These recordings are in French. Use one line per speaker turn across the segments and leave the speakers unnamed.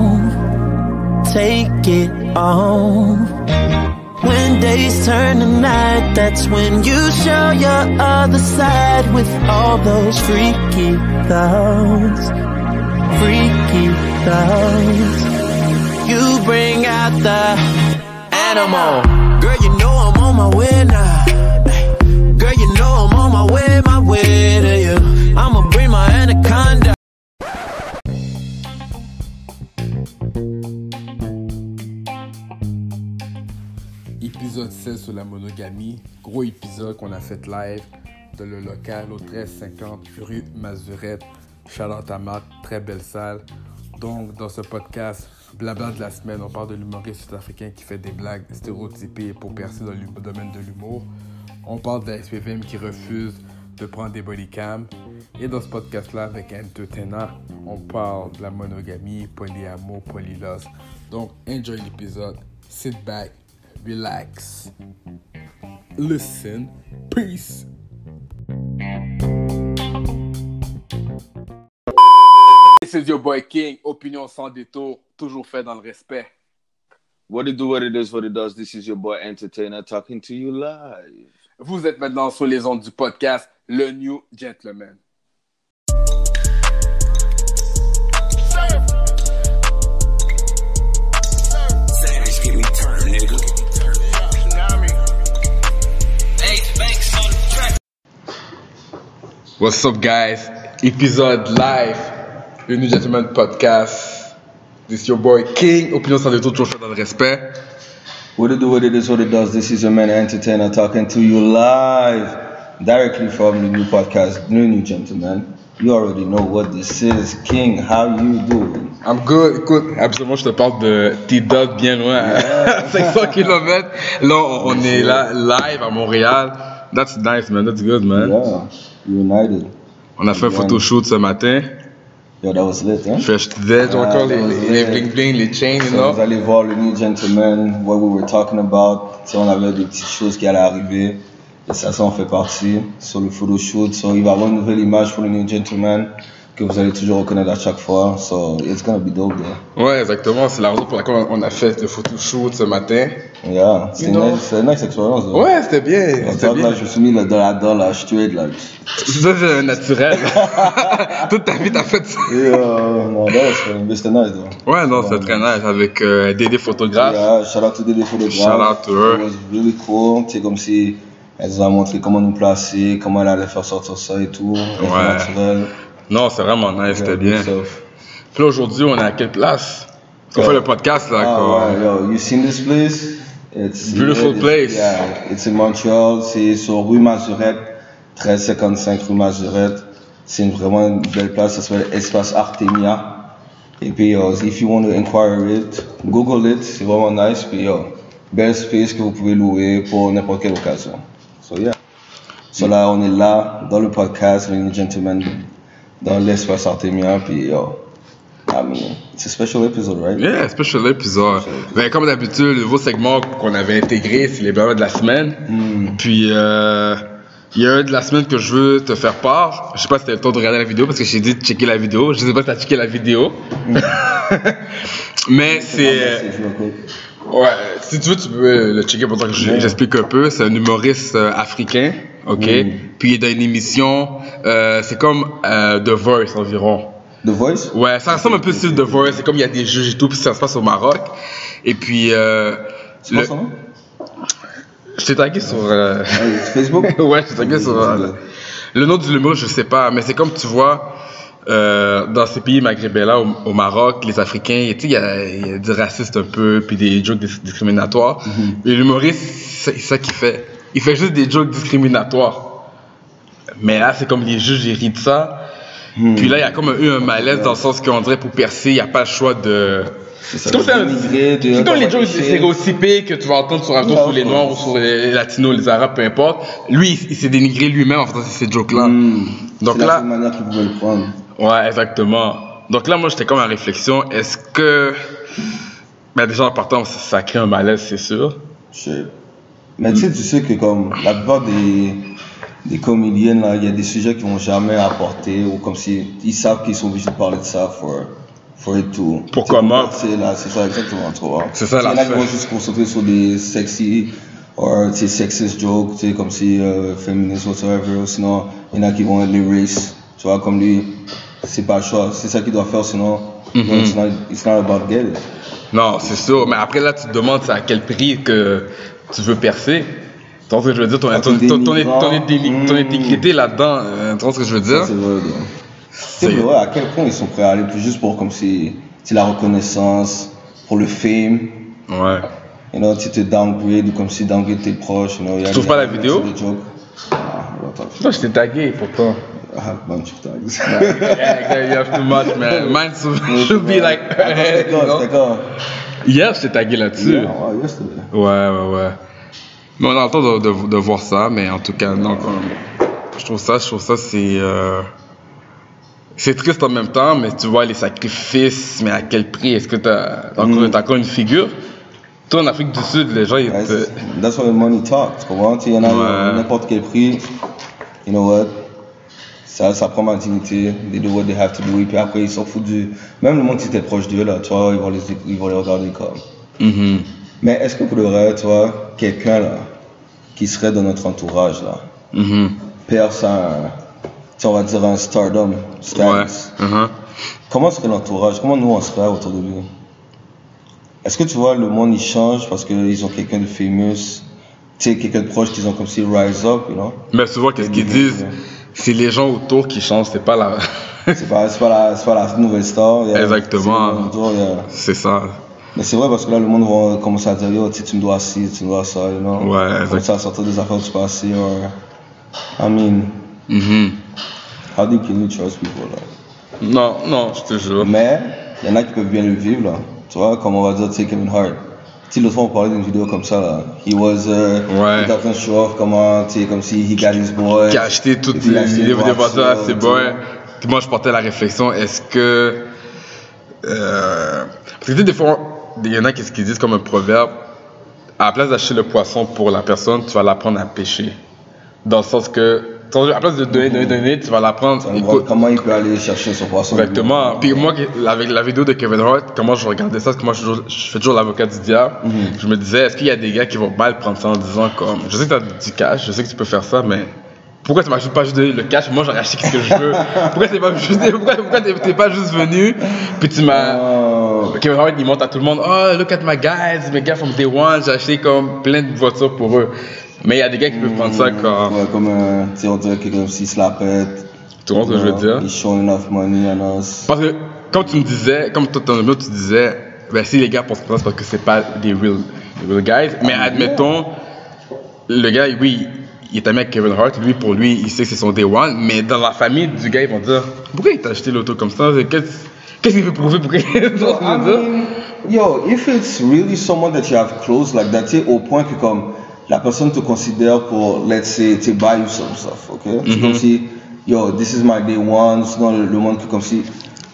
off, take it off. When days turn to night, that's when you show your other side with all those freaky thoughts, freaky thoughts. You bring out the animal. Girl, you know I'm on my way now. Girl, you know I'm on my way, my way to you. I'ma bring my anaconda.
Épisode 16 sur la monogamie. Gros épisode qu'on a fait live de le local au 1350 rue Mazurette. Charlotte Amat, très belle salle. Donc, dans ce podcast, blabla de la semaine, on parle de l'humoriste sud-africain qui fait des blagues stéréotypées pour percer dans le domaine de l'humour. On parle de la SPVM qui refuse de prendre des bodycams. Et dans ce podcast-là, avec Entertainer, on parle de la monogamie, polyamour, polylos. Donc, enjoy l'épisode. Sit back, relax, listen, peace. This is your boy King, opinion sans détour, toujours fait dans le respect.
What it do, what it is, what it does. This is your boy Entertainer talking to you live.
Vous êtes maintenant sur les ondes du podcast Le New Gentleman.
Savage, give me turn, nigga. Ace Banks on the track.
What's up, guys? Épisode live, le New Gentleman Podcast. This is your boy King, opinion sans détour, toujours fait dans le respect.
What it do, what it is, what it does. This is your man Entertainer talking to you live directly from the new podcast, New New Gentleman. You already know what this is. King, how you doing?
I'm good, écoute, absolument, je te parle de T-Dot bien loin, à 500 km. Là, on, on est là, live à Montréal. That's nice, man, that's good, man.
Yeah, united.
On a fait un
Yeah.
photoshoot ce matin.
Yo, that was lit, hein?
Fait, je te disais, tu vois,
Ah,
encore les,
that was
les, les
lit.
bling-bling, les chains, you
So,
know.
vous allez voir le New Gentleman, what we were talking about. Si on avait des petites choses qui allaient arriver. Et ça, ça en fait partie. Sur le photoshoot. So, il va y avoir une nouvelle image pour le New Gentleman que vous allez toujours reconnaître à chaque fois. So, it's gonna be dope, there.
Ouais, exactement, c'est la raison pour laquelle on a fait le photoshoot ce matin.
Yeah, c'est
You know.
une, c'est une nice expérience, though.
Ouais, c'était bien,
En
c'était
tant que là,
bien.
je me suis mis le dollar dollar straight, là.
Ça, c'est un naturel. Toute ta vie, t'as fait ça.
Et, euh, non, that was funny, mais c'était nice, though.
Ouais, non, c'est très nice avec euh, Dédé photographe.
Yeah, shout out to Dédé Photographe.
Shout out to her.
It was really cool. C'est comme si elle nous a montré comment nous placer, comment elle allait faire sortir ça et tout. Elle était
Ouais.
naturelle.
Non, c'est vraiment nice, c'était bien.
So-
Puis là, aujourd'hui, on est à quelle place? On fait le podcast, là, quoi.
Ah, ouais, yo, you seen this place? It's
Beautiful
it's-
place.
Yeah, it's in Montreal. C'est sur rue Mazurette, 1355 rue Mazurette. C'est une- vraiment une belle place. Ça s'appelle Espace Artemia. Et puis, yo, if you want to inquire it, Google it. C'est vraiment nice. Puis, yo, belle space que vous pouvez louer pour n'importe quelle occasion. So, yeah. So là, on est là, dans le podcast, les gentlemen, dans l'espace Artemia. Puis, yo, I mean, it's a special episode, right?
Yeah, special épisode. Ben, comme d'habitude, le nouveau segment qu'on avait intégré, c'est les blabla de la semaine.
Hmm.
Puis, euh, il y a un de la semaine que je veux te faire part. Je sais pas si t'as eu le temps de regarder la vidéo parce que j'ai dit de checker la vidéo. Je sais pas si t'as checké la vidéo.
Hmm.
Mais c'est. euh,
Message real quick.
Ouais, si tu veux, tu peux le checker pendant que je- j'explique un peu. C'est un humoriste euh, africain, ok?
Hmm.
Puis il est dans une émission, euh, c'est comme euh, The Voice environ.
The Voice?
Ouais, ça ressemble un peu sur The Voice, c'est comme il y a des juges et tout, puis ça se passe au Maroc. Et puis, euh,
C'est
le...
pas son nom?
je t'ai tagué sur... euh,
Ah, c'est Facebook?
ouais, je t'ai tagué sur... euh, Le nom du mot, je sais pas, mais c'est comme tu vois, euh, dans ces pays maghrébins-là, au, au Maroc, les Africains, tu sais, il y a, il y a du racisme un peu, puis des jokes dis- discriminatoires. Et l'humoriste, c'est ça qu'il fait. Il fait juste des jokes discriminatoires. Mais là, c'est comme les juges, ils rient de ça. Puis là, il y a comme eu un malaise dans le sens qu'on dirait pour percer, il n'y a pas le choix de. C'est comme, ça,
D'immigrer, de-
c'est comme les jokes
d'avoir
stéréotypés que tu vas entendre sur,
Ouais,
sur les
ouais.
Noirs ou sur les Latinos, les Arabes, peu importe. Lui, il, il s'est dénigré lui-même en faisant ces jokes-là.
Mm.
Donc
Donc là. Hmm. C'est la
là,
seule manière qu'ils pouvaient le prendre.
ouais, exactement. Donc là, moi, j'étais comme en réflexion. Est-ce que. Ben, déjà, en partant, ça, ça crée un malaise, c'est sûr.
Je- Mais tu sais, tu sais que comme la plupart des, des comédiennes, là, il y a des sujets qu'ils vont jamais apporter ou comme si ils savent qu'ils sont obligés de parler de ça for, for it to.
Pour
to-
come up.
C'est là, c'est ça exactement, tu vois.
C'est ça,
Il y en a qui
l'affaire.
vont juste se concentrer sur des sexy or tu sais, sexist jokes, tu sais, comme si euh, féministe whatsoever. Sinon, il y en a qui vont être les races, tu vois, comme lui. C'est pas le choix, c'est ça qu'il doit faire, sinon.
Mm-hmm.
it's, not, it's not about gay.
Non, c'est sûr. Mais après, là, tu te demandes c'est à quel prix que tu veux percer. Tu vois ce que je veux dire? Ton,
Ah,
ton,
t'es
ton- ton-
dénigrant.
ton intégrité- ton
Mm.
intégrité là-dedans, euh, tu vois ce que je veux dire?
C'est vrai, donc. Tu sais,
C'est-
mais ouais, à quel point ils sont prêts à aller plus juste pour comme si, tu sais, la reconnaissance, pour le fame.
Ouais.
You know, tu te downgrade ou comme si downgrade tes proches. You know, y a-
Tu trouves pas la vidéo
c'est des jokes. Ah, on va pas-
Putain, je t'ai tagué pourtant.
Ah, bunch of tags.
yeah, yeah, you have too much, man. Mine should should be like. you
D'accord,
know?
d'accord.
Hier, je t'ai tagué là-dessus.
Yeah, wow, yesterday.
Ouais, ouais, ouais. Mais on a le temps de, de- de voir ça, mais en tout cas, non, quand- je trouve ça, je trouve ça, c'est. euh, c'est triste en même temps, mais tu vois les sacrifices, mais à quel prix Est-ce que t'as t'as encore,
Mm.
t'as encore une figure Toi, en Afrique du Sud, les gens, ils
That's,
te.
that's why the money talks, tu comprends? Tu sais, y en a
Ouais.
n'importe quel prix. You know what? Ça, ça prend ma dignité. They do what they have to do. Et puis après, ils s'en foutent du. Même le monde qui était proche d'eux, là, tu vois, ils vont les, ils vont les regarder comme.
Mhm.
Mais est-ce que pour le vrai, tu vois, quelqu'un, là, qui serait dans notre entourage, là,
Mhm.
perd ça, tu sais, on va dire un stardom,
Ouais.
status.
Mhm.
Comment serait l'entourage Comment nous on serait autour de lui Est-ce que tu vois le monde il change parce qu'ils ont quelqu'un de famous, tu sais, quelqu'un de proche qu'ils ont comme si rise up, you know
Mais souvent, qu'est-ce qu'ils disent C'est les gens autour qui changent, c'est pas la.
C'est pas, c'est pas, la- c'est pas la nouvelle star. yeah.
Exactement.
C'est le monde autour, yeah.
c'est ça.
Mais c'est vrai parce que là le monde va commencer à dire yo, tu sais, tu me dois ci, tu me dois ça, you know
Ouais, exact.
Comme ça, sortir des affaires du passé. Or... I mean,
Mhm.
how do you can you trust people là
Non, non, je te jure.
Mais il y en a qui peuvent bien le vivre, là. Tu vois, comme on va dire, tu sais, Kevin Hart. Tu sais, l'autre fois, on parlait d'une vidéo comme ça, là. He was. euh,
Ouais.
Il était en train de show off comment, tu sais, comme si he got his boy.
qui a acheté toutes
Et puis, il a
les,
acheté
les
une
voitures à ses
voiture,
boys.
tu vois.
Puis moi, je portais la réflexion, est-ce que... euh, parce que tu sais, des fois, on- il y en a qui qui disent comme un proverbe, à la place d'acheter le poisson pour la personne, tu vas l'apprendre à pêcher. Dans le sens que, tu vois, à la place de donner, donner, donner, tu vas l'apprendre.
On voit
Écoute,
Comment il peut aller chercher son poisson.
Exactement. Puis moi, qui- avec la vidéo de Kevin Hart, comment je regardais ça, parce que moi, je, je fais toujours l'avocat du diable. Je me disais, est-ce qu'il y a des gars qui vont mal prendre ça en disant comme, je sais que t'as du cash, je sais que tu peux faire ça, mais pourquoi tu m'as juste pas juste donné le cash Moi, j'aurais acheté ce que je veux. pourquoi t'es pas juste, pourquoi, pourquoi t'es- t'es pas juste venu Puis tu m'as.
Oh.
Kevin Hart, il montre à tout le monde, oh, look at my guys, my guys from day one, j'ai acheté comme plein de voitures pour eux. Mais il y a des gars qui peuvent prendre ça comme.
Ouais, comme un. Tu sais, on dirait que comme s'il se la pète. euh,
Tu vois ce que je veux dire
He's showing enough money on us.
Parce que, comme tu me disais, comme toi, ton ami, tu disais, ben si les gars pensent ça, c'est parce que c'est pas des real, des real guys. Mais
Ah,
admettons, le gars, oui, il est ami avec Kevin Hart, lui, pour lui, il sait que c'est son day one, mais dans la famille du gars, ils vont dire, pourquoi il t'a acheté l'auto comme ça Qu'est-ce qu'est-ce qu'il veut prouver pour
I
que.
mean, yo, if it's really someone that you have close like that, tu sais, au point que comme la personne te considère pour, let's say, tu sais, buy you some stuff, ok? C'est comme si, yo, this is my day one, sinon le, le monde que comme si.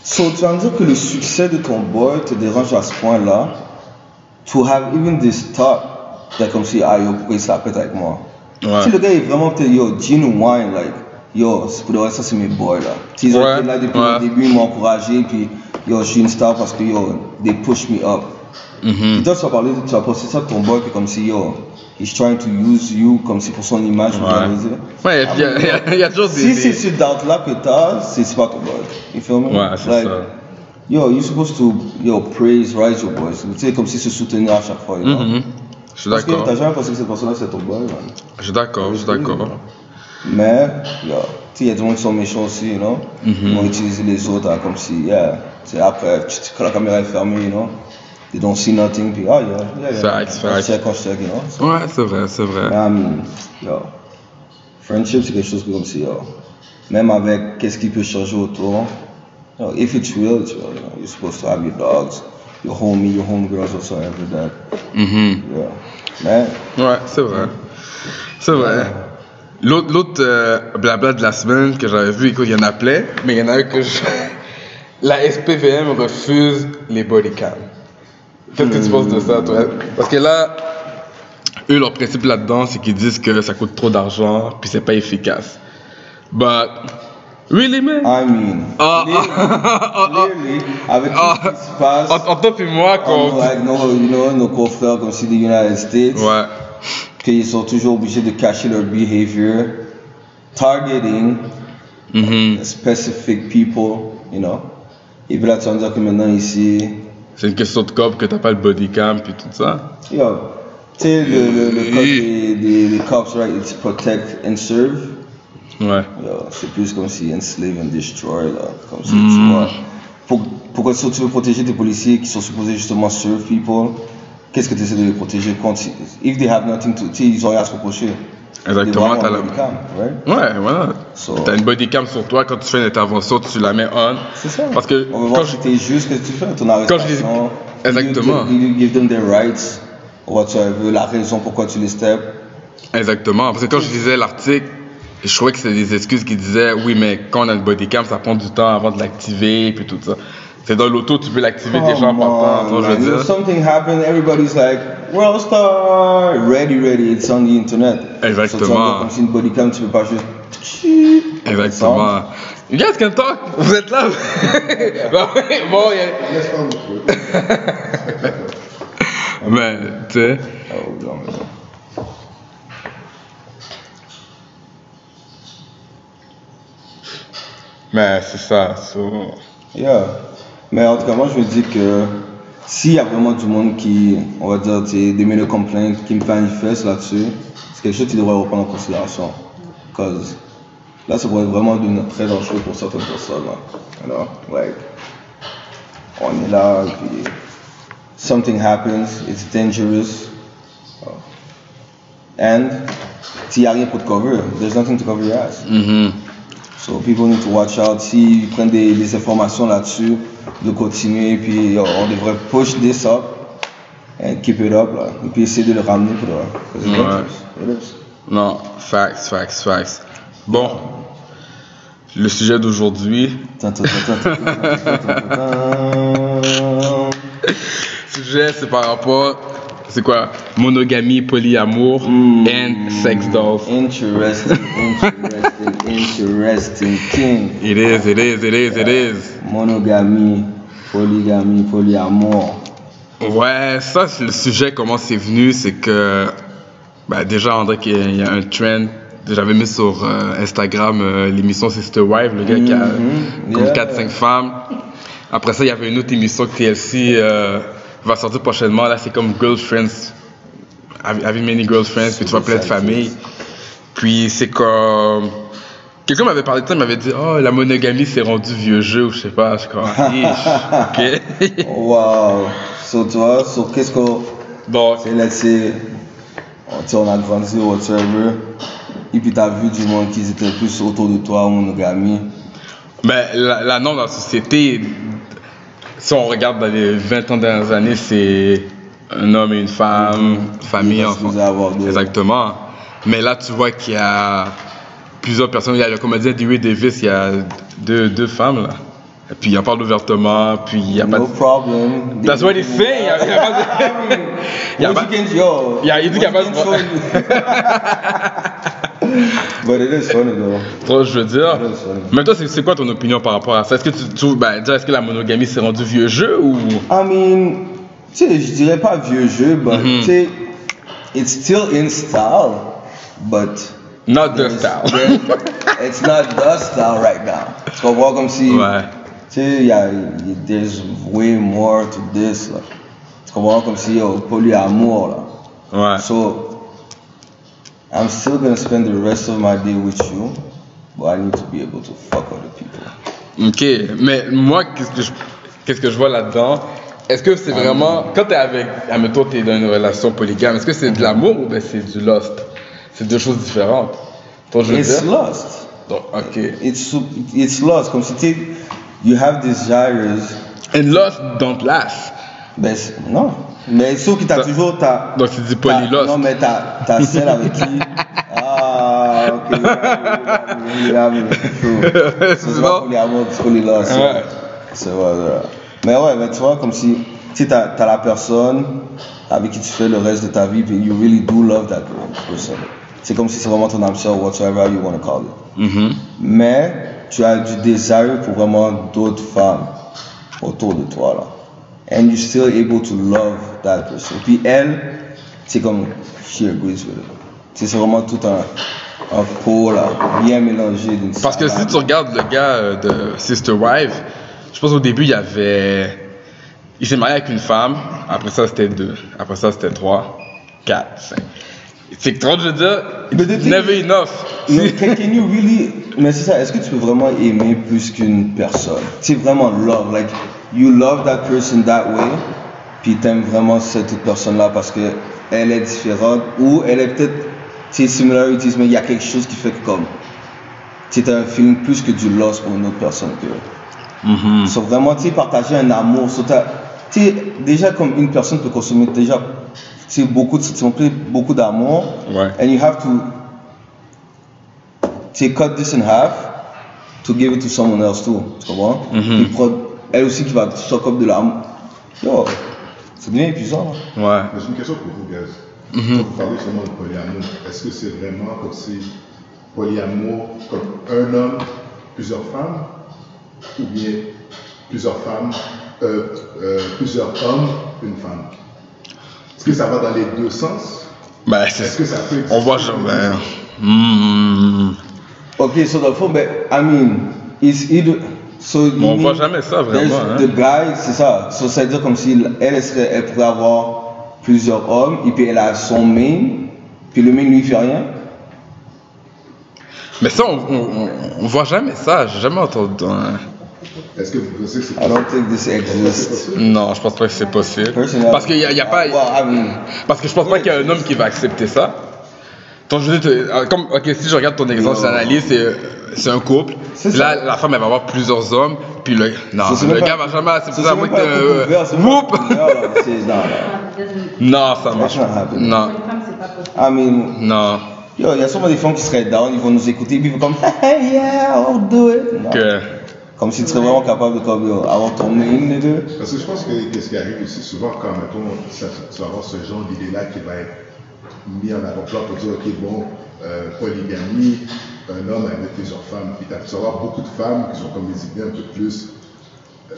So, tu vas me dire que le succès de ton boy te dérange à ce point-là, to have even this thought, that comme si, ah yo, pourquoi il se la pète avec moi?
Ouais.
Si le gars est vraiment peut-être, yo, genuine, like, yo, c'est pour de vrai, ça c'est mes boys là. Tu sais, ils ont
Ouais,
été là depuis
ouais.
le début, ils m'ont encouragé, puis yo, je suis une star parce que yo, they push me up.
Mm-hmm.
Puis toi, tu as parlé, tu as pensé ça de ton boy, puis comme si yo, he's trying to use you, comme si pour son image, tu vois, je veux dire.
Ouais, il y a- il y, a- il y a toujours des.
Si c'est
des-
ce doubt-là que t'as, c'est c'est pas ton boy. You feel me?
Ouais, c'est
Like,
ça.
Yo, you're supposed to yo, praise, rise your boys. Tu sais, comme si se soutenir à chaque fois. you know?
Mhm. Je suis
Parce que
d'accord.
t'as jamais pensé que cette personne-là, c'est ton boy, man.
Je suis d'accord, je suis d'accord.
Mais, yeah, tu sais, il y a des gens qui sont méchants aussi, you know. Ils
Mm-hmm.
vont utiliser les autres hein, comme si, yeah, tu sais, après, tu- tu- quand la caméra est fermée, you know. They don't see nothing, puis, ah, yeah, yeah, yeah.
Facts, facts.
Je check, je check, you know. So,
Ouais, c'est vrai, c'est vrai.
mais, I mean, yo, friendship, c'est quelque chose que comme si, yo, même avec qu'est-ce qui peut changer autour, you know, if it's real, it's real, you know. You're supposed to have your dogs, your homie, your homegirls, whatsoever, that,
Mhm.
yeah. Mais,
Ouais, c'est vrai. C'est vrai. L'autre, l'autre euh, blabla de la semaine que j'avais vu, écoute, il y en a plein, mais il y en a un que je... La SPVM refuse les bodycams. Qu'est-ce que tu penses de ça, toi? Parce que là, eux, leur principe là-dedans, c'est qu'ils disent que ça coûte trop d'argent, puis c'est pas efficace. But, Really, man?
I mean,
Ah, ah, ah,
clearly, avec tout
ah.
ce qui se passe,
ah. En- en toi puis moi,
on
comme.
like, no, you know, nos confrères comme si des United States,
Ouais.
qu'ils sont toujours obligés de cacher leur behavior, targeting uh,
Mhm.
specific people, you know. Et puis là, tu vas me dire que maintenant ici,
C'est une question de cop que t'as pas le body cam puis tout ça.
yo, tu sais, le, le, le code des, des, des cops, right, it's protect and serve.
Ouais.
Yo, Euh, C'est plus comme si enslave and destroy, là. Comme si,
Hmm.
tu vois. Pour, pourquoi si tu veux protéger des policiers qui sont supposés justement serve people, qu'est-ce que tu essaies de les protéger contre If they have nothing to, tu sais, ils ont rien à se reprocher.
Exactement,
They
t'as
want
la-
one cam, right?
Ouais, voilà.
So-
T'as une body cam sur toi, quand tu fais une intervention, tu la mets on.
C'est ça.
Parce que
on veut voir
quand
si
je-
t'es juste, qu'est-ce que tu fais, ton arrestation.
je les- Exactement.
You, you give them their rights, or whatsoever, la raison pourquoi tu les step.
Exactement. Parce que quand je lisais l'article, je trouvais que c'était des excuses qui disaient oui, mais quand on a le bodycam, ça prend du temps avant de l'activer puis tout ça. C'est dans l'auto, tu peux l'activer déjà en
Come
partant. tu
on,
vois, je
man. You
veux
know,
dire.
something happened, everybody's like, world star, ready, ready, it's on the internet.
Exactement.
So, tu vois, comme si une body cam, tu peux pas juste.
Exactement. You guys can talk. Vous êtes là. Bah oui, bon, il y a- mais tu sais.
Oh, non, mais non.
Mais c'est ça. so-
Yeah. Mais en tout cas, moi, je me dis que s'il y a vraiment du monde qui, on va dire, tu sais, des milliers de complaintes, qui me manifestent là-dessus, c'est quelque chose qui devrait reprendre en considération. Cause là, ça pourrait être vraiment devenir très dangereux pour certaines personnes. hein. Alors, like, on est là, et puis something happens, it's dangerous. Oh. And, s'il n'y a rien pour te cover, there's nothing to cover your ass.
Mhm.
So people need to watch out. S'ils prennent des, des informations là-dessus, de continuer, puis yo, on devrait push this up and keep it up, là. Et puis essayer de le ramener pour là. Parce que
Ouais.
c'est dangereux.
Non, facts, facts, facts. Bon, le sujet d'aujourd'hui,
Tan, tan, tan, tan, tan, tan, tan, tan, tan.
sujet, c'est par rapport, c'est quoi Monogamie, polyamour, and sex dolls.
Interesting, interesting, interesting thing.
It is, it is, it is, it is.
Monogamie, polygamie, polyamour.
Ouais, ça, c'est le sujet, comment c'est venu, c'est que, bah, déjà, on dirait qu'il y a un trend. J'avais mis sur euh, Instagram euh, l'émission Sister Wife, le gars qui a
Mhm,
comme
yeah.
4-5 femmes. Après ça, il y avait une autre émission que TLC euh, va sortir prochainement. Là, c'est comme Girlfriends. Have, have you many girlfriends? Puis tu vois plein de familles. Puis c'est comme. Quelqu'un m'avait parlé de ça, il m'avait dit Oh, la monogamie s'est rendu vieux jeu, ou je sais pas. Je suis comme ah, Ish, ok.
Wow. So, tu vois, so, qu'est-ce qu'on.
Donc,
C'est là, c'est. On, tu sais, on a grandi ou whatever. Et puis t'as vu du monde qui étaient plus autour de toi, monogamie.
Ben, la, la norme dans la société, si on regarde dans les 20 ans dernières années, c'est un homme et une femme, famille,
Parce que
enfant.
vous allez avoir deux.
Exactement. Mais là, tu vois qu'il y a plusieurs personnes. Il y a, comme on disait, Dewey Davis, il y a deux, deux femmes, là. Et puis, il en parle ouvertement, puis il n'y a pas de...
No problem.
That's what they say! Il y a- il y a pas de- il y a
What
pas-
you can- yo,
Yeah, you think
what
I'm
you
not-
can show- But it is funny though.
Tu vois, je veux dire.
Ouais, c'est vrai.
Mais toi, c'est c'est quoi ton opinion par rapport à ça? Est-ce que tu trouves, ben, déjà, est-ce que la monogamie s'est rendue vieux jeu ou...
I mean, tu sais, je dirais pas vieux jeu, but
Mhm.
tu sais, it's still in style, but
Not the style.
it's not the style right now. Tu comprends comme si.
Ouais.
Tu sais, y a, y- there's way more to this. Là. Tu comprends comme si yo, polyamour là.
Ouais.
So, I'm still gonna spend the rest of my day with you, but I need to be able to fuck other people.
Ok, mais moi, qu'est-ce que je, qu'est-ce que je vois là-dedans? Est-ce que c'est
Euh.
vraiment. Quand t'es avec. Admettons, t'es dans une relation polygame, est-ce que c'est de l'amour ou ben c'est du lust? C'est deux choses différentes. Toi, je veux
It's
dire.
lust.
Donc, ok.
It's sup- it's lust. Comme si tu you have desires.
And lust don't last.
Ben c'est- non. Mais sauf que t'as
Ça-
toujours ta.
Donc, c'est du
ta-
polylost.
Bah, Non mais t'as t'as celle avec qui. Ah ok. yeah, yeah, yeah, yeah, true. C'est pas
bon?
polyamour, c'est polylost.
Ouais.
C'est vrai, c'est vrai. Mais ouais, mais tu vois, comme si tu sais, t'as t'as la personne avec qui tu fais le reste de ta vie, puis you really do love that person. C'est comme si c'est vraiment ton âme sœur, whatsoever you want to call it.
Mhm.
Mais tu as du désir pour vraiment d'autres femmes autour de toi là. And you're still able to love that person. Puis elle, c'est comme she agrees with it. C'est vraiment tout un, un pot là, bien mélangé d'une
Parce que si
salade.
tu regardes le gars euh, de Sister Wife, je pense au début, il y avait. Il s'est marié avec une femme, après ça c'était deux, après ça c'était trois, quatre, cinq. C'est que trop, je veux dire,
Mais the
il
thing-
n'avait enough.
Mais can, can you really. Mais c'est ça, est-ce que tu peux vraiment aimer plus qu'une personne? C'est vraiment love. Like, you love that person that way, puis t'aimes vraiment cette personne-là parce que elle est différente ou elle est peut-être. C'est similarities, mais il y a quelque chose qui fait que comme. C'est un feeling plus que du loss pour une autre personne que. So, vraiment, tu sais, partager un amour. So, t'as- tu sais, déjà, comme une personne peut consommer déjà tu sais, beaucoup de sentiments, plus beaucoup d'amour.
Ouais.
And you have to tu sais, cut this in half to give it to someone else too. Tu comprends? Puis prod- elle aussi qui va suck up de l'amour. Yo, ça devient épuisant. hein. là.
Ouais.
Mais J'ai une question pour vous, guys.
Mhm.
Vous parlez seulement de polyamour. Est-ce que c'est vraiment comme si polyamour comme un homme, plusieurs femmes, ou bien plusieurs femmes, euh, euh, plusieurs hommes, une femme Est-ce que ça va dans les deux sens
Ben,
Est-ce que
c'est.
ça peut
On voit, genre, ben, hmm.
Ok, so the phone, but I mean, it's either. So you
Mais on voit
need-
jamais ça
there's
vraiment. hein.
The guy, c'est ça. So, ça veut dire comme si elle, elle, serait- elle pourrait avoir plusieurs hommes, et puis elle a son main, puis le main lui fait rien.
Mais ça, on, on, on- on voit jamais ça. J'ai jamais entendu. hein.
Est-ce que vous pensez que c'est
I don't think this exists.
possible
Non, je pense pas que c'est possible.
Personnellement.
Parce qu'il y a, il y a pas.
Well, I mean,
Parce que je pense pas qu'il y a un homme qui va accepter ça. Donc, je veux dire, euh, comme, ok, si je regarde ton exemple,
Non.
l'analyse, c'est, euh, c'est un couple.
C'est
Là,
ça.
la femme, elle va avoir plusieurs hommes. Puis le, non,
Ça, c'est
le
même
gars
pas-
va jamais accepter
c'est
ça. à
même
moins
pas un couple
que. euh,
ouvert, c'est même
Whoop!
pas un couple ouvert, là. C'est- non, non.
Non, ça marche
That's not
pas.
happening.
Non,
I mean,
non.
yo, il y a sûrement des femmes qui seraient down, ils vont nous écouter, puis ils vont comme, hey, yeah, I'll do it. Non.
Que.
Comme si tu serais vraiment capable de comme, yo, avoir ton main, les deux.
Parce que je pense que qu'est-ce qui arrive aussi souvent quand mettons, ça, tu vas avoir ce genre d'idée-là qui va être mis en avant-plan pour dire ok bon euh, polygamie, un homme avec plusieurs femmes, puis t'as- tu vas avoir beaucoup de femmes qui sont comme des idées un peu plus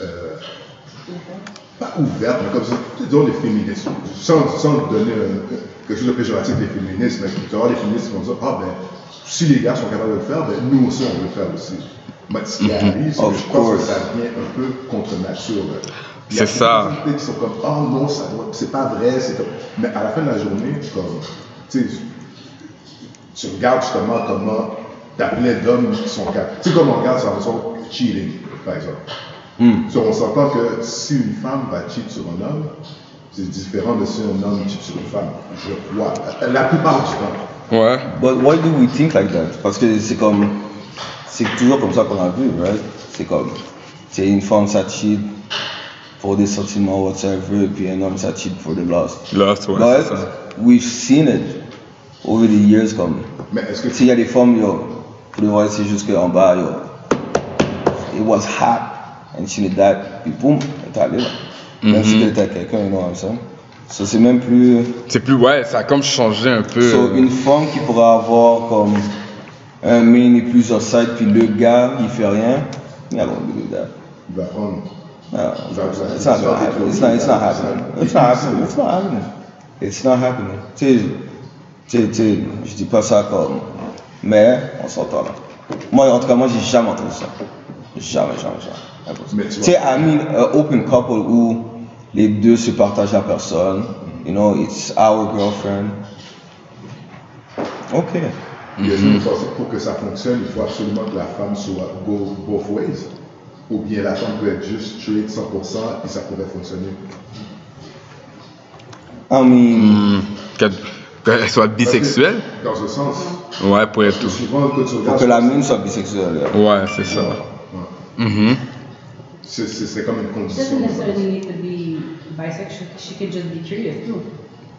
euh, pas ouvertes, mais comme ça, disons les féministes, sans, sans donner un- quelque chose de péjoratif des féministes, mais tu vas avoir des féministes qui vont dire ah ben si les gars sont capables de le faire, ben nous aussi on veut le faire aussi. Mais ce qui arrive, c'est
Mm-hmm.
que
Of
je pense que
course.
ça vient un peu contre nature. là. Il y a
C'est ça.
des idées qui sont comme, oh non, ça doit- c'est pas vrai, c'est comme. Mais à la fin de la journée, comme, tu sais, tu regardes justement comment t'as plein d'hommes qui sont capables. Tu sais, comme on regarde sur la façon cheating, par exemple.
Hmm.
So, on s'entend que si une femme va cheat sur un homme, c'est différent de si un homme cheat sur une femme. Je crois. La plupart du temps.
Ouais.
But why do we think like that? Parce que c'est comme. C'est toujours comme ça qu'on a vu, right? C'est comme. C'est une femme, ça cheat pour des sentiments, whatever, puis un homme, ça cheat pour the lust.
Lost, ouais.
But
c'est ça.
we've seen it over the years, comme.
Mais est-ce que
S'il y a des femmes, yo, pour le voir, c'est juste qu'en bas, yo. It was hot, and she did that, puis boum, elle est allée là. Même
Mm-hmm.
si elle était avec quelqu'un, you know what I'm saying? So c'est même plus.
C'est plus, ouais, ça a comme changé un peu.
So, une femme qui pourra avoir comme un main et plusieurs sides, puis le gars, il fait rien. Yeah, I don't believe that.
tu vas prendre
No, Ah, it's not gonna happen. It's not, it's not happening. It's not happening. It's not happening. It's not happening. Tu sais, tu sais, tu sais, je dis pas ça comme. Mais, on s'entend là. Moi, en tout cas, moi, j'ai jamais entendu ça. Jamais, jamais, jamais. Impossible.
Mais tu vois-
Tu sais, I mean, a open couple où les deux se partagent la personne. You know, it's our girlfriend. Ok.
Il y a une façon- pour que ça fonctionne, il faut absolument que la femme soit go both ways. Ou bien la femme peut être juste straight 100% et ça pourrait fonctionner.
I mean,
euh, Qu'elle qu'elle soit bisexuelle.
Dans ce sens,
Ouais, pour être tout.
souvent que tu
pour
regardes,
que la mine soit bisexuelle. yeah.
Ouais, c'est ça.
c'est- c'est c'est comme une
She
condition.
doesn't necessarily need to be bisexual. She could just be curious too.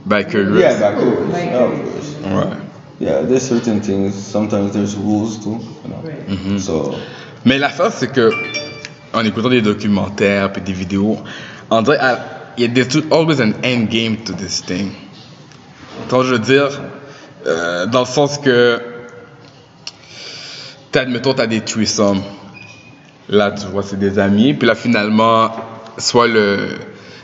Ben, que le-
Yeah, back to
Like,
Ouais.
Yeah, there's certain things. Sometimes there's rules too. You know?
Right.
So,
Mais l'affaire, c'est que, en écoutant des documentaires puis des vidéos, on dirait, ah, il y a des, there's always an end game to this thing. Donc, je veux dire, euh, dans le sens que, t'as- admettons, t'as des threesomes. Là, tu vois, c'est des amis. Puis là, finalement, soit le.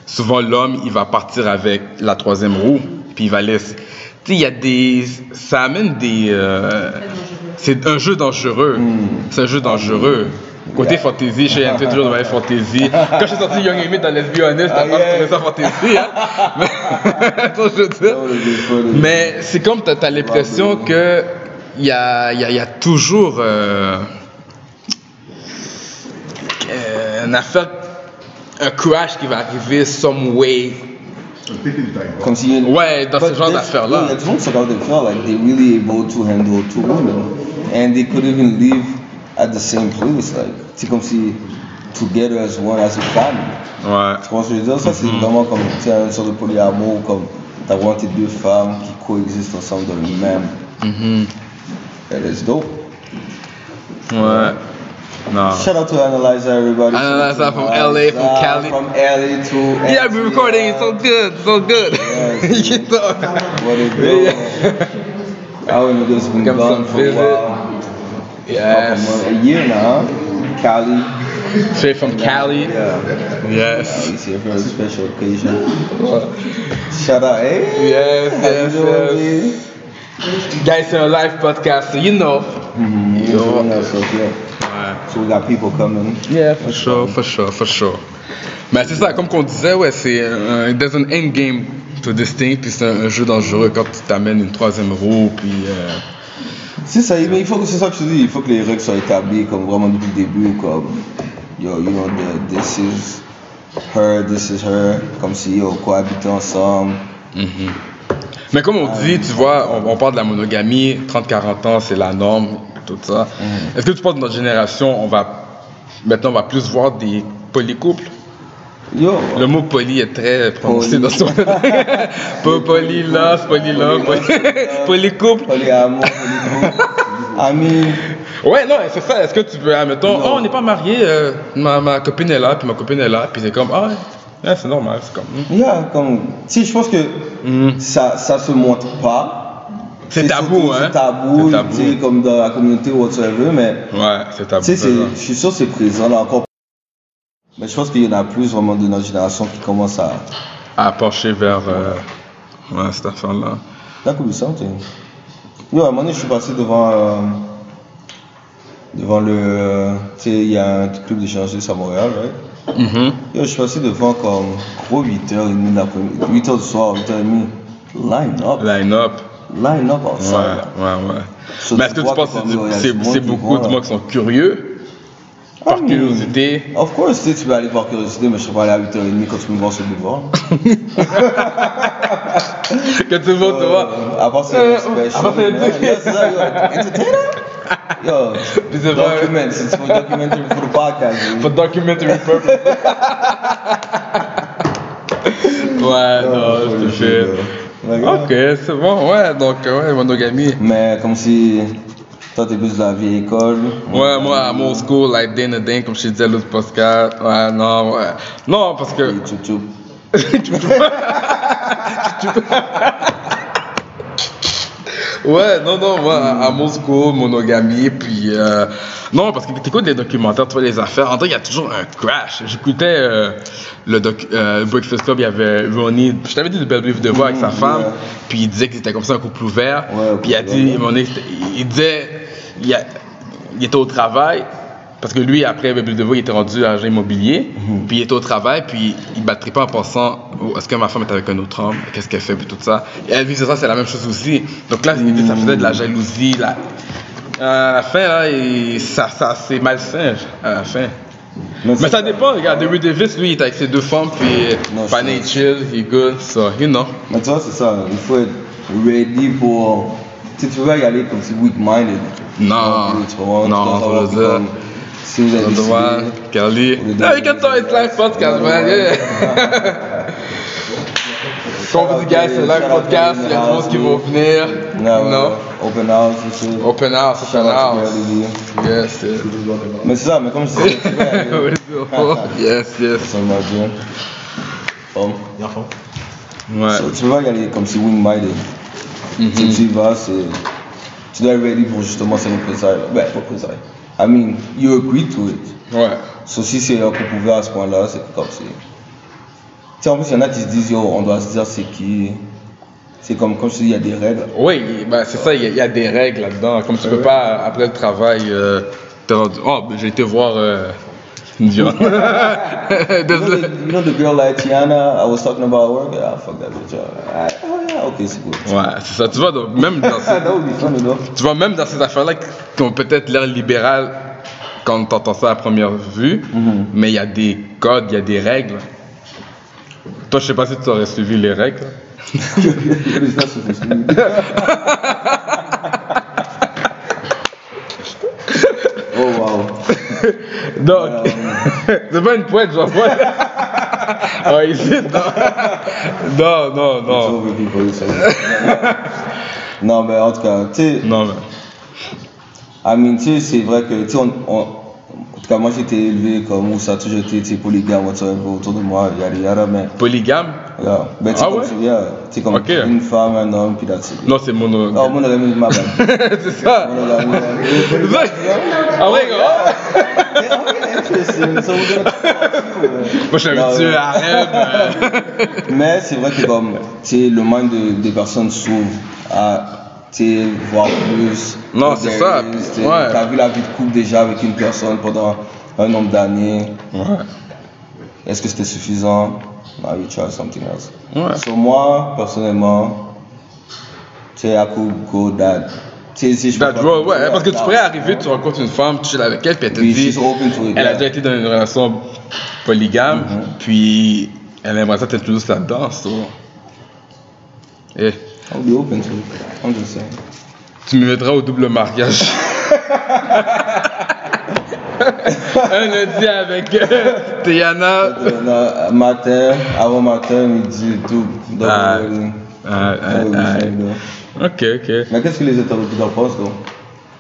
Souvent, l'homme, il va partir avec la troisième roue, puis il va laisser. Tu sais, il y a des. Ça amène des. euh,
Très dangereux.
C'est un jeu dangereux. C'est un jeu dangereux. Côté fantasy, j'ai un peu toujours dans les fantasy. Quand je suis sorti Young Amy dans Let's Be Honest, t'as
Ah,
pas
yeah.
trouvé ça fantasy, hein? Mais, Attends, je veux dire.
Oh, le défaut, le-
Mais c'est comme t'as as, l'impression que il y a, y a- y a toujours euh, euh, une affaire, un crash qui va arriver some way.
Un pick in time.
Comme si-
Ouais, dans ce
But
genre
that's-
d'affaires-là.
no, That's what's about the crowd. Like they really able to handle two women, and they could even live at the same place. Like c'est comme si together as one as a family.
Ouais.
Tu vois ce que je veux dire? Ça c'est vraiment comme tu sais, une sorte de polyamour, comme d'avoir tes deux femmes qui coexistent ensemble dans le même. And it's dope.
Ouais. Non.
Shout out to Analyzer, everybody.
Analyzer
Shout out to
from LA, from
Analyzer,
Cali.
From LA to.
Yeah, we're recording. It's all good. It's all good.
Yes.
You know.
What it do? I would just been
Come some
gone for a
visit.
while.
Yes.
Couple months- A year now, huh? Cali.
Straight from Cali.
Yeah.
Yes.
It's a very special occasion. Shout out, hey.
Yes.
How you
Yes.
doing,
yes.
baby?
Guys, are a live podcast, so you know.
Mhm,
Yo.
everything else up here. So we got people coming.
Yeah, for sure, for sure, for sure. Mais c'est ça, comme qu'on disait, ouais, c'est un, un- there's an end game to this thing, puis c'est un, un jeu dangereux quand tu t'amènes une troisième roue, puis euh,
C'est ça, mais il faut que c'est ça que je te dis, il faut que les règles soient établies comme vraiment depuis le début, comme yo, you know, the- this is her, this is her, comme si yo, cohabiter ensemble.
Mais comme on dit, tu vois, on, on parle de la monogamie, 30-40 ans, c'est la norme, tout ça. Est-ce que tu penses que notre génération, on va maintenant, on va plus voir des polycouples
Yo,
Le mot poly est très prononcé
Poly.
dans son. Po- Polylove, polylove, poly- polycouple.
polyamour, polygroupe. I mean,
Ouais, non, c'est ça. Est-ce que tu peux, admettons,
Non.
oh, on n'est pas mariés, euh, ma, ma copine est là, puis ma copine est là, puis c'est comme, ah, ouais, ouais, c'est normal, c'est comme. hmm.
yeah, comme, tu sais, je pense que
Mhm.
ça, ça se montre pas.
C'est tabou,
surtout-
hein.
C'est tabou,
C'est tabou.
tu sais, comme dans la communauté ou whatsoever, mais
Ouais, c'est tabou.
Tu sais,
ça,
c'est-
là.
je suis sûr que c'est présent là encore. Mais je pense qu'il y en a plus vraiment de notre génération qui commence à.
À pencher vers. euh, ouais, cette affaire-là.
That could be something. Yo, à un moment donné, je suis passé devant. euh, devant le. euh, tu sais, il y a un club d'échangistes à Montréal, right?
Mhm.
Yo, je suis passé devant comme gros 8h30 d'après-midi. 8h du soir, 8h30. Line up.
Line up.
Line up
Ouais,
ensemble. là.
ouais, ouais.
So,
Mais
tu
est-ce que tu
vois
penses
que
que
parmi les
c'est- c'est
réactions,
c'est
tu
beaucoup
vois,
de
là.
gens qui sont curieux, par
Ah, mais-
curiosité?
Of course, tu sais, tu peux aller par curiosité, mais je ne peux pas aller à 8h30 quand tu me vois sur le boulevard.
Que tout le monde te voit.
Euh, à part c'est
Bah, Euh,
special.
à part c'est-
man. Yes, sir, yo, entertainer? Yo,
Puis c'est vrai.
document, it's for documentary for the podcast. man.
For documentary purpose. ouais, non, Euh, je te fais.
Like, yeah.
Ok, c'est bon, ouais, donc, ouais, monogamie.
Mais comme si toi t'es plus de la vieille école.
Ouais, moi, à mon school, like, day and day, comme je te disais à l'autre podcast, ouais, non, ouais. Non, parce que.
Et tu- tu-
Ouais, non, non, moi, à à mon school, monogamie, puis. euh, non, parce que t'écoutes les documentaires, tu vois les affaires. En tout cas, il y a toujours un crash. J'écoutais euh, le doc, euh, Breakfast Club, il y avait Ronnie, je t'avais dit de Belle Biv de voix avec sa femme,
ouais.
puis il disait que c'était comme ça un couple ouvert.
Ouais, un
puis il a
couple
dit,
ouvert.
mon ex, il, il disait, il, a- il était au travail. Parce que lui, après Belle Biv de voix, il était rendu agent immobilier. Puis il était au travail, puis il battrait pas en pensant oh, est-ce que ma femme est avec un autre homme Qu'est-ce qu'elle fait Puis tout ça. Et elle vivait ça, c'est la même chose aussi. Donc là, il dit, ça faisait de la jalousie. Là. À la fin, là, il- ça, ça, c'est malsain, à la fin.
Mais
Mais
c'est-
ça dépend, regarde, David Davis, lui, il est avec ses deux femmes, puis
Non, je
Fanny est chill, he good, so, you know.
Mais tu vois, c'est ça, il faut être ready pour. Tu sais, tu peux pas y aller comme si weak-minded.
Non,
Tu
non,
vois, tu dois
faut
savoir
le
que
dire.
comme Si vous avez
On
décidé-
doit, Carly. Ah,
On est dans-
Hey, get to it's live podcast, man. yeah. Comme on dit, guys, c'est live podcast, il y a du monde qui vont venir.
Non,
you know.
ouais, Open house, et shit.
Open house, open
Shout out to
house.
Gary
Yes, yes.
Vee. Mais c'est ça, mais comme je disais, tu vois, euh,
yes, yes.
ça m'a bien. Bon.
Ouais.
So, tu vas y aller comme si wing-minded. Si tu y vas, c'est. Tu dois être ready pour justement ces représailles. Ouais, représailles. I mean, you agree to it.
Ouais.
So, si c'est un couple ouvert à ce point-là, c'est comme c'est. Tu sais, en plus, il y en a qui se disent, yo, on doit se dire c'est qui. C'est comme, comme je te dis, il y a des règles.
Oui, ben, c'est ça, il y, a- il y a des règles là-dedans. Comme tu peux pas, après le travail, euh, te rendre- Oh, ben, j'ai été voir euh, une viande.
You know, the, you know the girl like Tiana I was talking about at work? Ah, fuck that bitch. Ah, oh, yeah, ok, c'est good.
Ouais, c'est ça. Tu vois, donc, même dans ces,
Ah, That would be fun, you know?
tu vois, même dans ces affaires-là qui ont peut-être l'air libéral quand t'entends ça à première vue,
Mm-hmm.
mais il y a des codes, il y a des règles. Toi, je sais pas si tu aurais suivi les règles.
It's not supposed to be. Oh, wow.
Donc, c'est pas une pointe, j'en vois. ouais, ici, non. Non, non,
It's
non.
over, people, it's over. non, mais en tout cas, tu sais,
Non, mais.
I mean, tu sais, c'est vrai que, tu sais, on, on- en tout cas, moi, j'ai été élevé comme où ça a toujours été, tu sais, polygame, whatsoever, autour de moi, yada yada, mais,
Polygame
yeah. mais tu sais,
Ah
comme,
ouais?
tu- yeah, tu sais, comme
Ok.
une femme, un homme, puis là, tu
Non, c'est mono.
Oh, mon ami, ma bad. Oh,
c'est ça.
Monogamy, yeah.
C'est ça. Ah ouais, gros.
Interesting, so we're gonna talk to you, man.
Moi, je suis
Non,
habitué
ouais.
à rêve. euh.
Mais c'est vrai que comme tu sais, le monde de, des personnes s'ouvre à tu sais, voir plus.
Non, c'est ça,
Tu
puis-
sais,
ouais.
T'as vu la vie de couple déjà avec une personne pendant un nombre d'années. Est-ce que c'était suffisant? Now you try something else.
Ouais.
Sur moi, personnellement, tu sais, I could go that. Tu sais, si je
That
peux pas-
road, ouais, parce que tu
that-
pourrais arriver, tu rencontres une femme, tu chill avec elle, puis elle te
Puis
dit.
she's open to it,
Elle a
yeah.
déjà été dans une relation polygame, puis elle aimerait ça t'introduire là-dedans, so. Eh,
I'll be open to it. I'm just saying.
tu me mettras au double mariage. Un lundi avec euh, Tiana.
Euh, là, matin, avant matin, midi et tout. Donc,
Ah.
euh,
Ah, ah,
oui,
ah.
c'est bien.
Ok, ok.
Mais qu'est-ce que les interlocuteurs pensent donc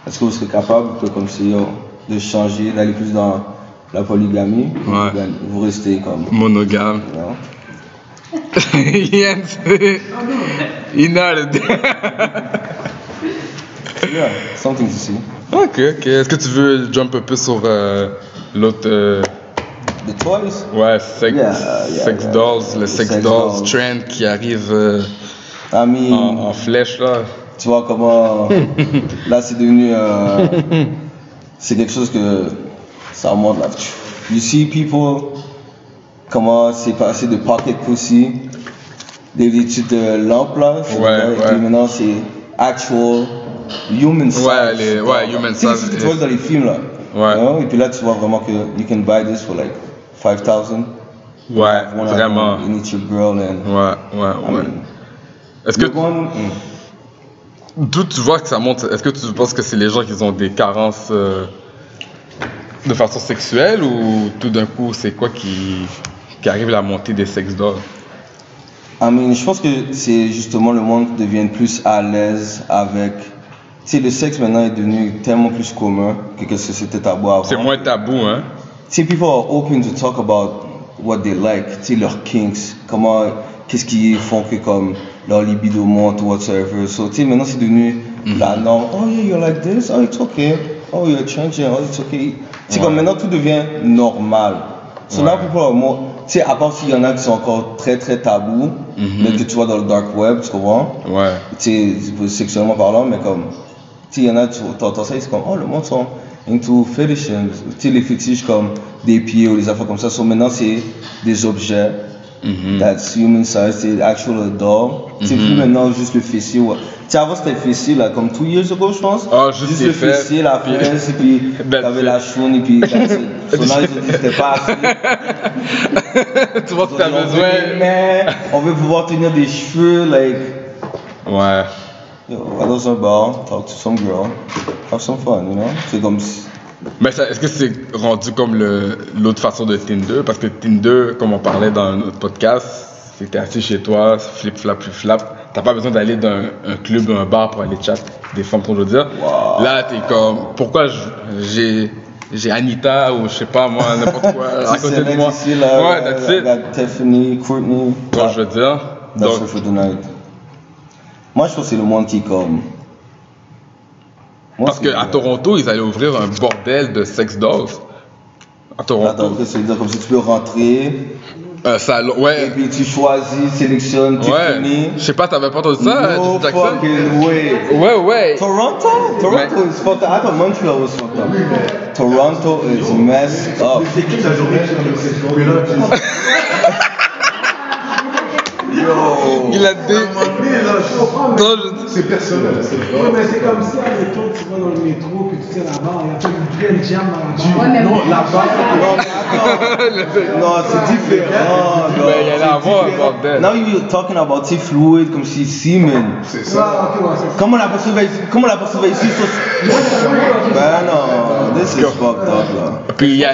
Est-ce que vous serez capable, peu comme si, yo, de changer, d'aller plus dans la polygamie ou
Ouais.
bien Vous restez comme.
Monogame.
non?
yes. Il nodded.
Yeah, something to see.
Ok, ok. Est-ce que tu veux jump un peu sur euh, l'autre. euh,
The toys
ouais, sex,
Yeah, yeah,
sex
yeah.
dolls, le sex,
Sex
dolls,
dolls.
trend qui arrive euh,
I mean,
en, en flèche là.
tu vois comment. là, c'est devenu. euh, c'est quelque chose que. Ça remonte là. You see people. Comment c'est passé de pocket pussy, des études de lampe là. c'est
Ouais,
vrai, et
ouais.
puis maintenant, c'est actual human size.
les- ouais, human
Tu sais,
size,
Tu vois dans les films là.
Ouais.
You know, Et puis là, tu vois vraiment que you can buy this for like 5000.
Ouais,
Voilà,
vraiment.
You need your girl and.
Ouais, ouais, ouais. Est-ce que
you're going- Mm.
d'où tu vois que ça monte Est-ce que tu penses que c'est les gens qui ont des carences euh, de façon sexuelle ou tout d'un coup c'est quoi qui qui arrive la montée des sex dolls
I mean, je pense que c'est justement le monde qui devient plus à l'aise avec. Tu sais, le sexe maintenant est devenu tellement plus commun que qu'est-ce que c'était tabou avant.
C'est
Tu
moins tabou, hein
sais, people are open to talk about what they like, tu sais, leurs kinks, comment, qu'est-ce qui font que comme leur libido monte ou whatsoever. So, tu sais, maintenant c'est devenu la norme. Oh yeah, you're like this, oh it's okay, oh you're changing, oh it's okay. Tu sais, comme maintenant tout devient normal. So now people are more, tu sais, à part s'il y en a qui sont encore très très tabous, mais que tu vois dans le dark web, tu comprends?
Ouais.
tu sais, sexuellement parlant, mais comme, tu sais, il y en a, tu entends ça, ils sont comme, oh, le monde sont into fetish, and- tu sais, les fétiches comme des pieds ou des affaires comme ça. So, maintenant, c'est des objets,
Mm-hmm.
that's human size, c'est actual doll. Tu sais, plus maintenant juste le fessier. ouais. Tu sais, avant, c'était le fessier, là, comme two years ago, je pense.
Ah, juste les
le
fesses,
fessier, la
puis-
fesse, et puis
That's
t'avais
it.
la choune, et puis that's it. So, là, ils ont dit, c'était pas assez.
tu vois que
Ils
t'as
ont dit,
besoin.
mais on veut pouvoir tenir des cheveux, like.
Ouais.
Yo, I go to a bar, talk to some girl, have some fun, you know? C'est comme si-
Mais Ben, ça- est-ce que c'est rendu comme le- l'autre façon de Tinder Parce que Tinder, comme on parlait dans un autre podcast, c'était assis chez toi, flip, flap, flip, flap. T'as pas besoin d'aller dans un, un club ou un bar pour aller chat des femmes, pour le dire.
Wow.
Là, t'es comme, pourquoi je- j'ai. J'ai Anita ou je sais pas moi, n'importe quoi à
c'est
côté de
celle
moi.
d'ici, là, euh,
ouais, that's
I
it.
got Tiffany, Courtney.
Tu vois, je veux dire.
That's
Donc,
it for tonight. Moi, je pense que c'est le monde qui, comme, Moi,
Parce
c'est-
qu'à Toronto, ils allaient ouvrir un bordel de sex dolls. À
Attends,
Toronto.
que ça veut dire comme si tu peux rentrer,
Un salon,
et
ouais.
puis tu choisis, sélectionnes, tu
Ouais.
finis.
Je sais pas, t'avais pas entendu ça,
no
Jim Jackson?
fucking way.
Ouais, ouais.
Toronto? Toronto is fucked up. I thought Montreal was fucked up. Toronto is messed up.
C'est qui la journée sur cette journée-là tu-
Yo.
Il a dé... Non, je-
C'est personnel. c'est
Ouais,
vrai.
mais c'est comme si, admettons, tu vas dans le métro, puis tu sais, là-bas, il y a pas une pleine jam dans
Ouais,
la
mais-
barre. Non, la barre,
Non, non, c'est différent. non,
Mais il allait
c'est
avoir un
différent.
bordel.
Now you're talking about T-Fluid comme si semen.
C'est ça.
Ah, ok, ouais, c'est ça.
Comment la personne va ici? Comment la personne va ici? sur- Ben non, this is fucked up là.
Puis il y a...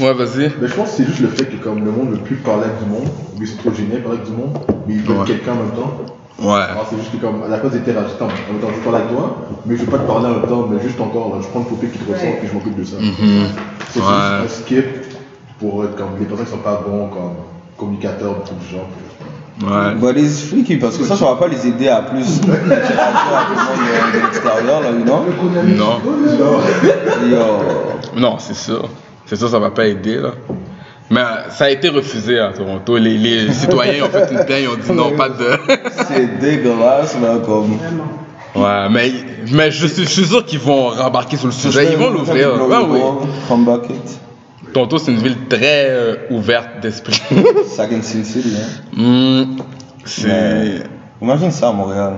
Ouais, vas-y.
Mais je pense que c'est juste le fait que comme le monde ne veut plus parler avec du monde, ou ils sont trop gênés de parler avec du monde, mais ils veulent
Ouais.
quelqu'un en même temps.
Ouais.
Alors Ah, c'est juste que comme à la cause des terrages, attends, en même temps je parle avec toi, mais je veux pas te parler en même temps, mais juste encore, là, je prends le coupé qui te ressort
Ouais.
puis je m'occupe de ça.
Mhm.
C'est
Ouais.
juste un skip pour euh, comme les personnes qui sont pas bons comme communicateurs, beaucoup de gens.
Ouais.
But it's freaky parce que ça, ça va pas les aider à plus. à jouer avec le monde euh, de l'extérieur là, you know?
Non.
Yo.
Non, c'est sûr. C'est sûr, ça va pas aider, là. Mais euh, ça a été refusé à Toronto. Les, les citoyens ont fait une plainte, ils ont dit non, pas de.
C'est dégueulasse là comme.
Ouais, mais, mais je, suis, je suis sûr qu'ils vont rembarquer sur le sujet. Ils vont l'ouvrir. Ouais, oui.
From bucket.
Toronto, c'est une ville très euh, ouverte d'esprit.
Second Sin City. Hein.
Hmm, c'est.
Mais Imagine ça à Montréal.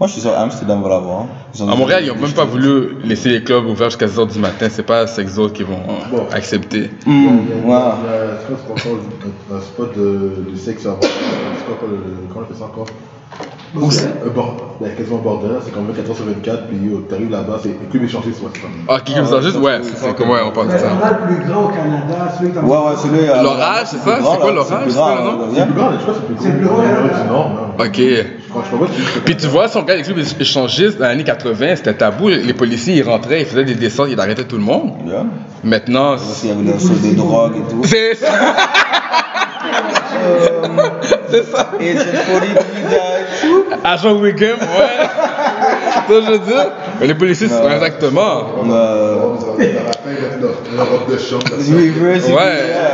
Moi je suis sûr Amsterdam va l'avoir. Ils ont-
À Montréal, ils ont même pas voulu laisser les clubs ouverts jusqu'à 10h du matin. C'est pas ces autres qui vont euh,
Bon.
accepter.
Hmm,
Il y a-
ouais.
il y a- Je pense qu'on parle un spot de, de sexe hein. avant. C'est quoi, quoi, le- Comment on appelle ça encore
euh,
Un bord- Il y a quasiment un bordel, c'est comme 24 sur 24, puis yo, t'arrives là-bas, c'est que méchanté, soit c'est comme.
Ah, qui qui vous juste? Ouais, c'est c'est comme ouais, on parle de
Mais
ça.
ben, on a le plus grand au Canada, celui que t'as-
Ouais, ouais, celui euh,
L'orage, c'est ça?
plus grand,
C'est quoi
là,
l'orage,
plus
c'est
grand,
ça, non?
là,
C'est
viens.
plus grand, je crois que c'est plus
C'est plus grand,
Il y en
hein.
a du Nord, non
Ok.
Franchement, moi, je-
Puis tu vois, si on regarde les clubs échangistes dans les années 80, c'était tabou. Les policiers, ils rentraient, ils faisaient des descentes, ils arrêtaient tout le monde.
Yeah.
Maintenant,
Parce qu'il y avait le saut des drogues et tout.
c'est ça. c'est ça.
Et c'est pour les visages.
Agent Wickham, ouais. Tu vois ce que je veux dire? Mais Les policiers, c'est exactement.
Euh,
la robe de chambre.
Reverse.
Ouais,
yeah.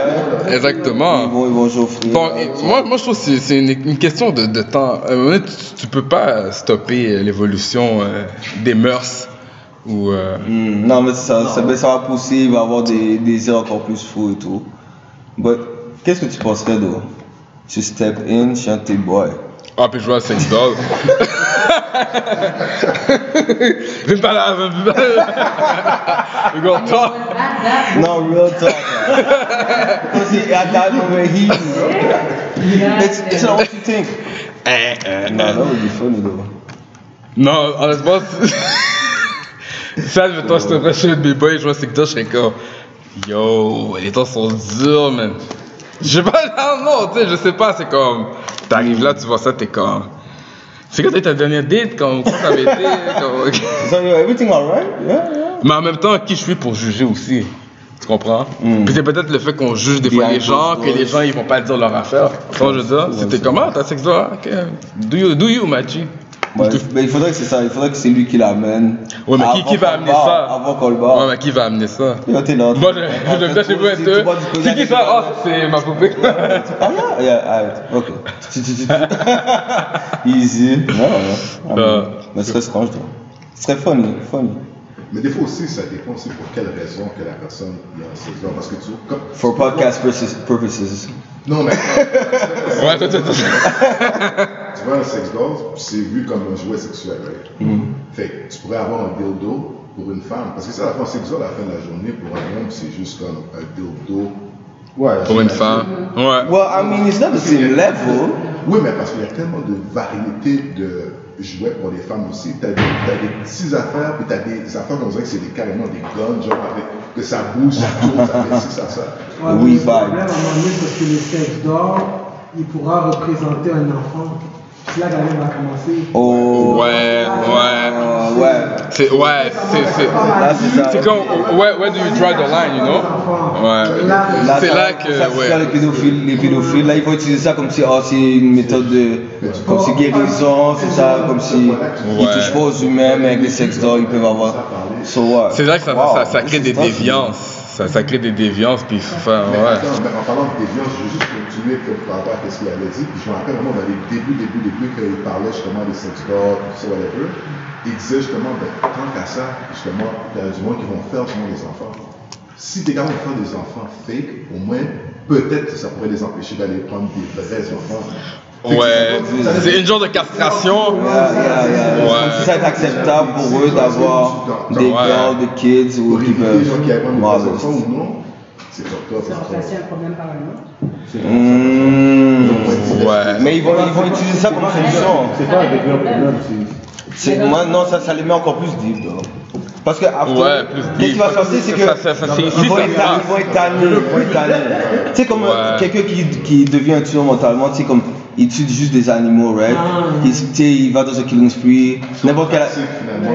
Ils
exactement.
vont, ils vont s'offrir. euh,
Donc, et- moi, moi, je trouve que c'est- c'est une, une question de, de temps. À un moment donné, tu, tu peux pas stopper l'évolution euh, des mœurs ou. euh,
Hmm, Non, mais ça, ça, mais ça va pousser, il va avoir des désirs encore plus fous et tout. But, qu'est-ce que tu penserais de Tu step in, je suis un de tes boys.
Ah, puis je vois un sex doll. Viens par là, viens par là. We gonna talk.
Non, real talk. man. Because he- I got over here. It's, it's not what you think.
Eh, eh,
No,
eh.
that would be funny though.
Non, honnêtement, c'est- ça, mettons, je te ferais chez mes boys, je vois un sex doll, je serais comme. Yo, les temps sont durs, man. Je sais pas, non, non, tu sais, je sais pas, c'est comme. T'arrives là, tu vois ça, t'es comme. C'est quand t'as eu ta dernière date, comme, quand t'avais été, comme.
So, yo, everything alright? Yeah, yeah.
Mais en même temps, qui je suis pour juger aussi Tu comprends
Mm.
Puis c'est peut-être le fait qu'on juge des fois
Behind
les gens,
those
que les
doors.
gens ils vont pas dire leur affaire. Tu vois, je veux dire,
Ouais,
c'était
c'est
comment ah, T'as sex dollars Ok. Do you, do you, Machi
Bah, mais il faudrait que c'est ça, il faudrait que c'est lui qui l'amène.
Ouais, mais qui-
Avant
qui va
qu'on
amener
barre,
ça
Avant qu'on le
Ouais,
barre.
mais qui va amener ça
Yo, t'es là.
Moi, je, je viens chez vous un
Tu
peu.
bois du cognac
C'est qui
et
ça
tu
Ah, c'est ma poupée.
Ah yeah, yeah, alright, ok. Easy. Non, non.
Euh.
Mais ce serait strange, toi. Ce serait funny, funny.
Mais des fois aussi, ça dépend aussi pour quelle raison que la personne il y a un sexe. Non, Parce que tu comme-
For podcast purposes. purposes.
Non, mais
ouais, toi, toi, toi.
tu vois, un sex doll, c'est vu comme un jouet sexuel. right? Fait que tu pourrais avoir un dildo pour une femme. Parce que ça, la fin, un sex doll, à la fin de la journée, pour un homme, c'est juste comme un dildo. Ouais,
Pour une femme. Ouais.
Well, I mean, it's not the same level.
Oui, mais parce qu'il y a tellement de variétés de jouets pour les femmes aussi. T'as des, t'as des petites affaires, puis t'as des affaires qu'on dirait que c'est des, carrément des guns, genre avec, que ça bouge, ça tourne, ça fait ci, ça, ça.
Ouais,
Oui,
mais le
bye.
problème, à un moment donné, c'est parce que le sexe d'or, il pourra représenter un enfant. c'est là que la lèvre va commencer.
Oh,
Ouais, ouais.
ah, ouais.
C'est, ouais, c'est, c'est.
Là, c'est ça.
C'est comme, where, where do you draw the line, you know? Ouais.
Là,
C'est
ça-
là que,
ça, c'est ça, les
ouais.
pédophiles, les pédophiles, là, ils vont utiliser ça comme si oh, c'est une méthode de. comme si guérison, c'est ça, comme si. Ils
Ouais.
touchent pas aux humains, mais avec les sex dolls, ils peuvent avoir. So what?
C'est là que ça,
Wow.
ça, ça crée des
C'est ça.
déviances. Ça, ça crée des déviances, puis faut faire,
Mais
ouais.
attends, mais en parlant de déviance, je veux juste continuer comme par rapport à ce qu'il avait dit. Puis je me rappelle vraiment dans les débuts, débuts, débuts, quand il parlait justement des sex dolls, tout ça, whatever. Il disait justement, ben, tant qu'à ça, justement, il y a du monde qui vont faire justement des enfants. Si des gars vont faire des enfants fake, au moins, peut-être que ça pourrait les empêcher d'aller prendre des vrais enfants.
Ouais. C'est une genre de castration.
Yeah, yeah, yeah.
Ouais.
Comme Euh, si ça est acceptable pour eux d'avoir des
Ouais.
girls, des kids ou qui
Horrifier les gens qui
peuvent.
aiment les
Marvelous.
vrais enfants ou non, c'est leur top.
Ça remplacer un problème par un autre.
Hmm.
Ouais.
Mais ils vont, ils vont utiliser ça comme solution.
C'est pas avec leur problème.
C'est- Moi, non, ça, ça les met encore plus deep, dehors. Parce que, après,
Ouais, plus
qu'est-ce qui
deep.
va se passer, c'est que.
Ça, ça, ça, c'est ici,
ils vont
ça
être
se passe.
tannés, ils vont être tannés, ils vont être tannés. Tu sais, comme euh,
Ouais.
quelqu'un qui, qui devient un tueur mentalement, tu sais, comme. Il tue juste des animaux, right? Il, tu sais, il va dans un killing spree, n'importe quel.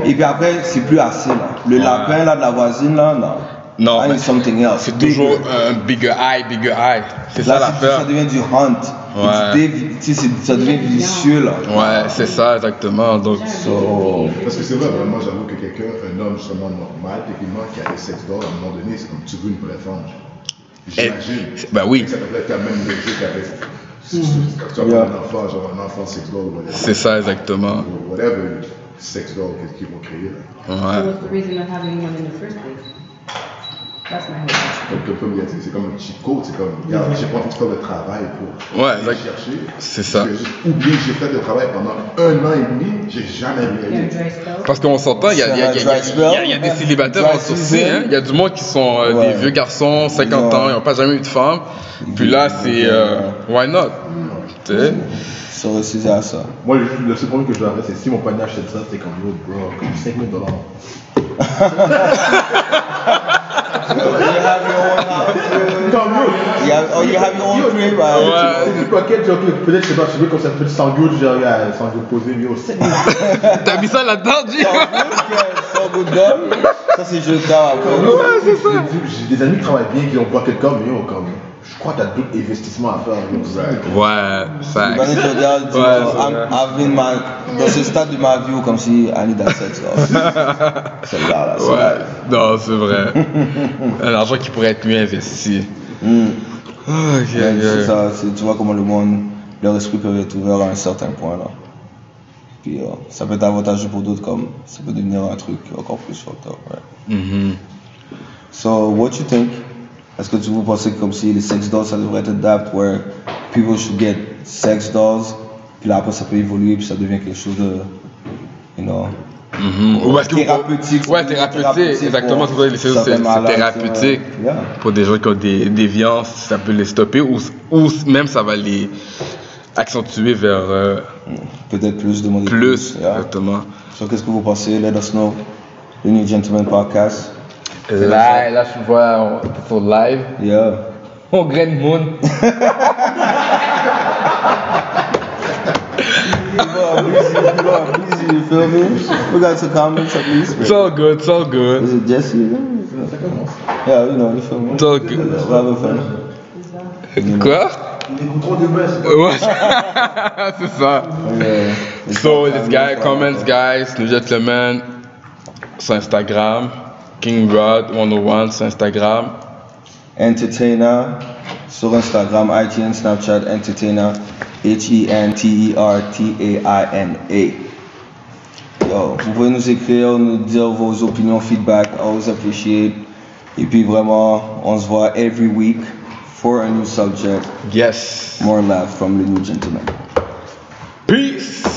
Et puis après, c'est plus assez, là. Le lapin, là, de la voisine, là, non.
Non,
Là,
mais
it's something else.
C'est
Bigger.
toujours un bigger eye, bigger eye. C'est ça
Là, c'est-
l'affaire.
ça devient du hunt.
Ouais.
Tu dévi- tu sais, c'est- ça devient vicieux, là.
Ouais, c'est ça exactement. Donc,
So.
Parce que c'est vrai, vraiment, j'avoue que quelqu'un, un homme justement normal, techniquement, qui a des sex d'or, à un moment donné, c'est comme tu veux une vraie femme. J'imagine.
Eh, ben oui.
Ça peut être la même logique avec. Quand tu as
Yeah.
un enfant, genre un enfant sex d'or,
c'est ça exactement.
ou whatever sex doll qu'est-ce qu'ils vont créer. là.
Ouais.
What's the reason of having one in the first place? That's my whole question.
Comme comme- comme il a dit, c'est comme un cheat code, c'est comme, regarde, j'ai pas envie de faire le travail pour
Ouais,
aller
exact.
chercher.
C'est ça.
J'ai juste oublié que j'ai fait le travail pendant un an et demi, j'ai jamais
Your
réalisé.
dry spell.
Parce qu'on s'entend, il y a, il y a- il y a- il y a- il y a des célibataires en souci, hein. Il y a du monde qui sont euh,
Ouais.
des vieux garçons, 50 ans, ils n'ont pas jamais eu de femme. Puis là, c'est euh, why not? Tu sais?
Ça va, c'est ça, ça.
Moi, le, le seul problème que je leur avais, c'est si mon panier achète ça, c'est comme yo, bro, comme 5000 dollars.
You have your own house.
Comme yo,
You have, oh, you have your own crib, right?
Ouais.
Du pocket, genre, que peut-être, je sais pas, tu veux comme ça, peut-être 100 gouttes, genre, regarde, 100 gouttes posées, mais au 7
T'as mis ça là-dedans, G?
So good dog. Ça, c'est jetable. après.
c'est ça. J'ai des amis qui travaillent bien, qui ont pocket comme, yo, comme, je crois que t'as d'autres investissements à faire, yo, c'est ça.
Ouais,
Quand
facts.
tu regardes, tu
Ouais,
vois,
c'est
I'm
vrai.
having my- dans ce stade de ma vie où comme si I need that sex, là. Celle-là, là,
Ouais,
celle-là.
non, c'est vrai. Un argent qui pourrait être mieux investi.
Hmm.
Ok,
Ouais, C'est
ok.
ça, c'est- tu vois comment le monde, leur esprit peut être ouvert à un certain point, là. Puis, euh, ça peut être avantageux pour d'autres, comme ça peut devenir un truc encore plus fucked up, ouais.
Mhm.
So, what you think? Est-ce que tu vous pensez que comme si les sex dolls, ça devrait être adapt where people should get sex dolls, puis là après ça peut évoluer, puis ça devient quelque chose de, you know,
Mhm. Ou est-ce que vous-
Thérapeutique,
Ouais,
c'est
thérapeutique,
thérapeutique,
exactement.
ouais.
C'est pour ça que les cellules,
Ça fait
c'est
mal,
c'est thérapeutique.
c'est- yeah.
Pour des gens qui ont des déviances, ça peut les stopper ou, ou même ça va les accentuer vers euh,
peut-être plus demander
plus.
yeah.
Exactement.
So, qu'est-ce que vous pensez? Let us know. The New Gentleman Podcast.
Là, là, je vois, pour live,
Yeah.
on graine moon.
Easy, you feel me? We got some comments at least.
It's all good, it's all good.
Is it Jesse? Yeah, you know, you feel me?
It's all good.
We're having fun.
Quoi? Ouais. c'est ça.
Yeah. It's
So
all
this
fun,
guy
it's all
comments guys, nous gentlemen sur Instagram, King Rod 101 sur Instagram.
Entertainer sur Instagram, IGN, Snapchat, Entertainer, E H-E-N-T-E-R-T-A-I-N-A. Yo, vous pouvez nous écrire, nous dire vos opinions, feedback, always appreciate. Et puis vraiment, on se voit every week for a new subject,
Yes.
more love from the new gentleman.
Peace.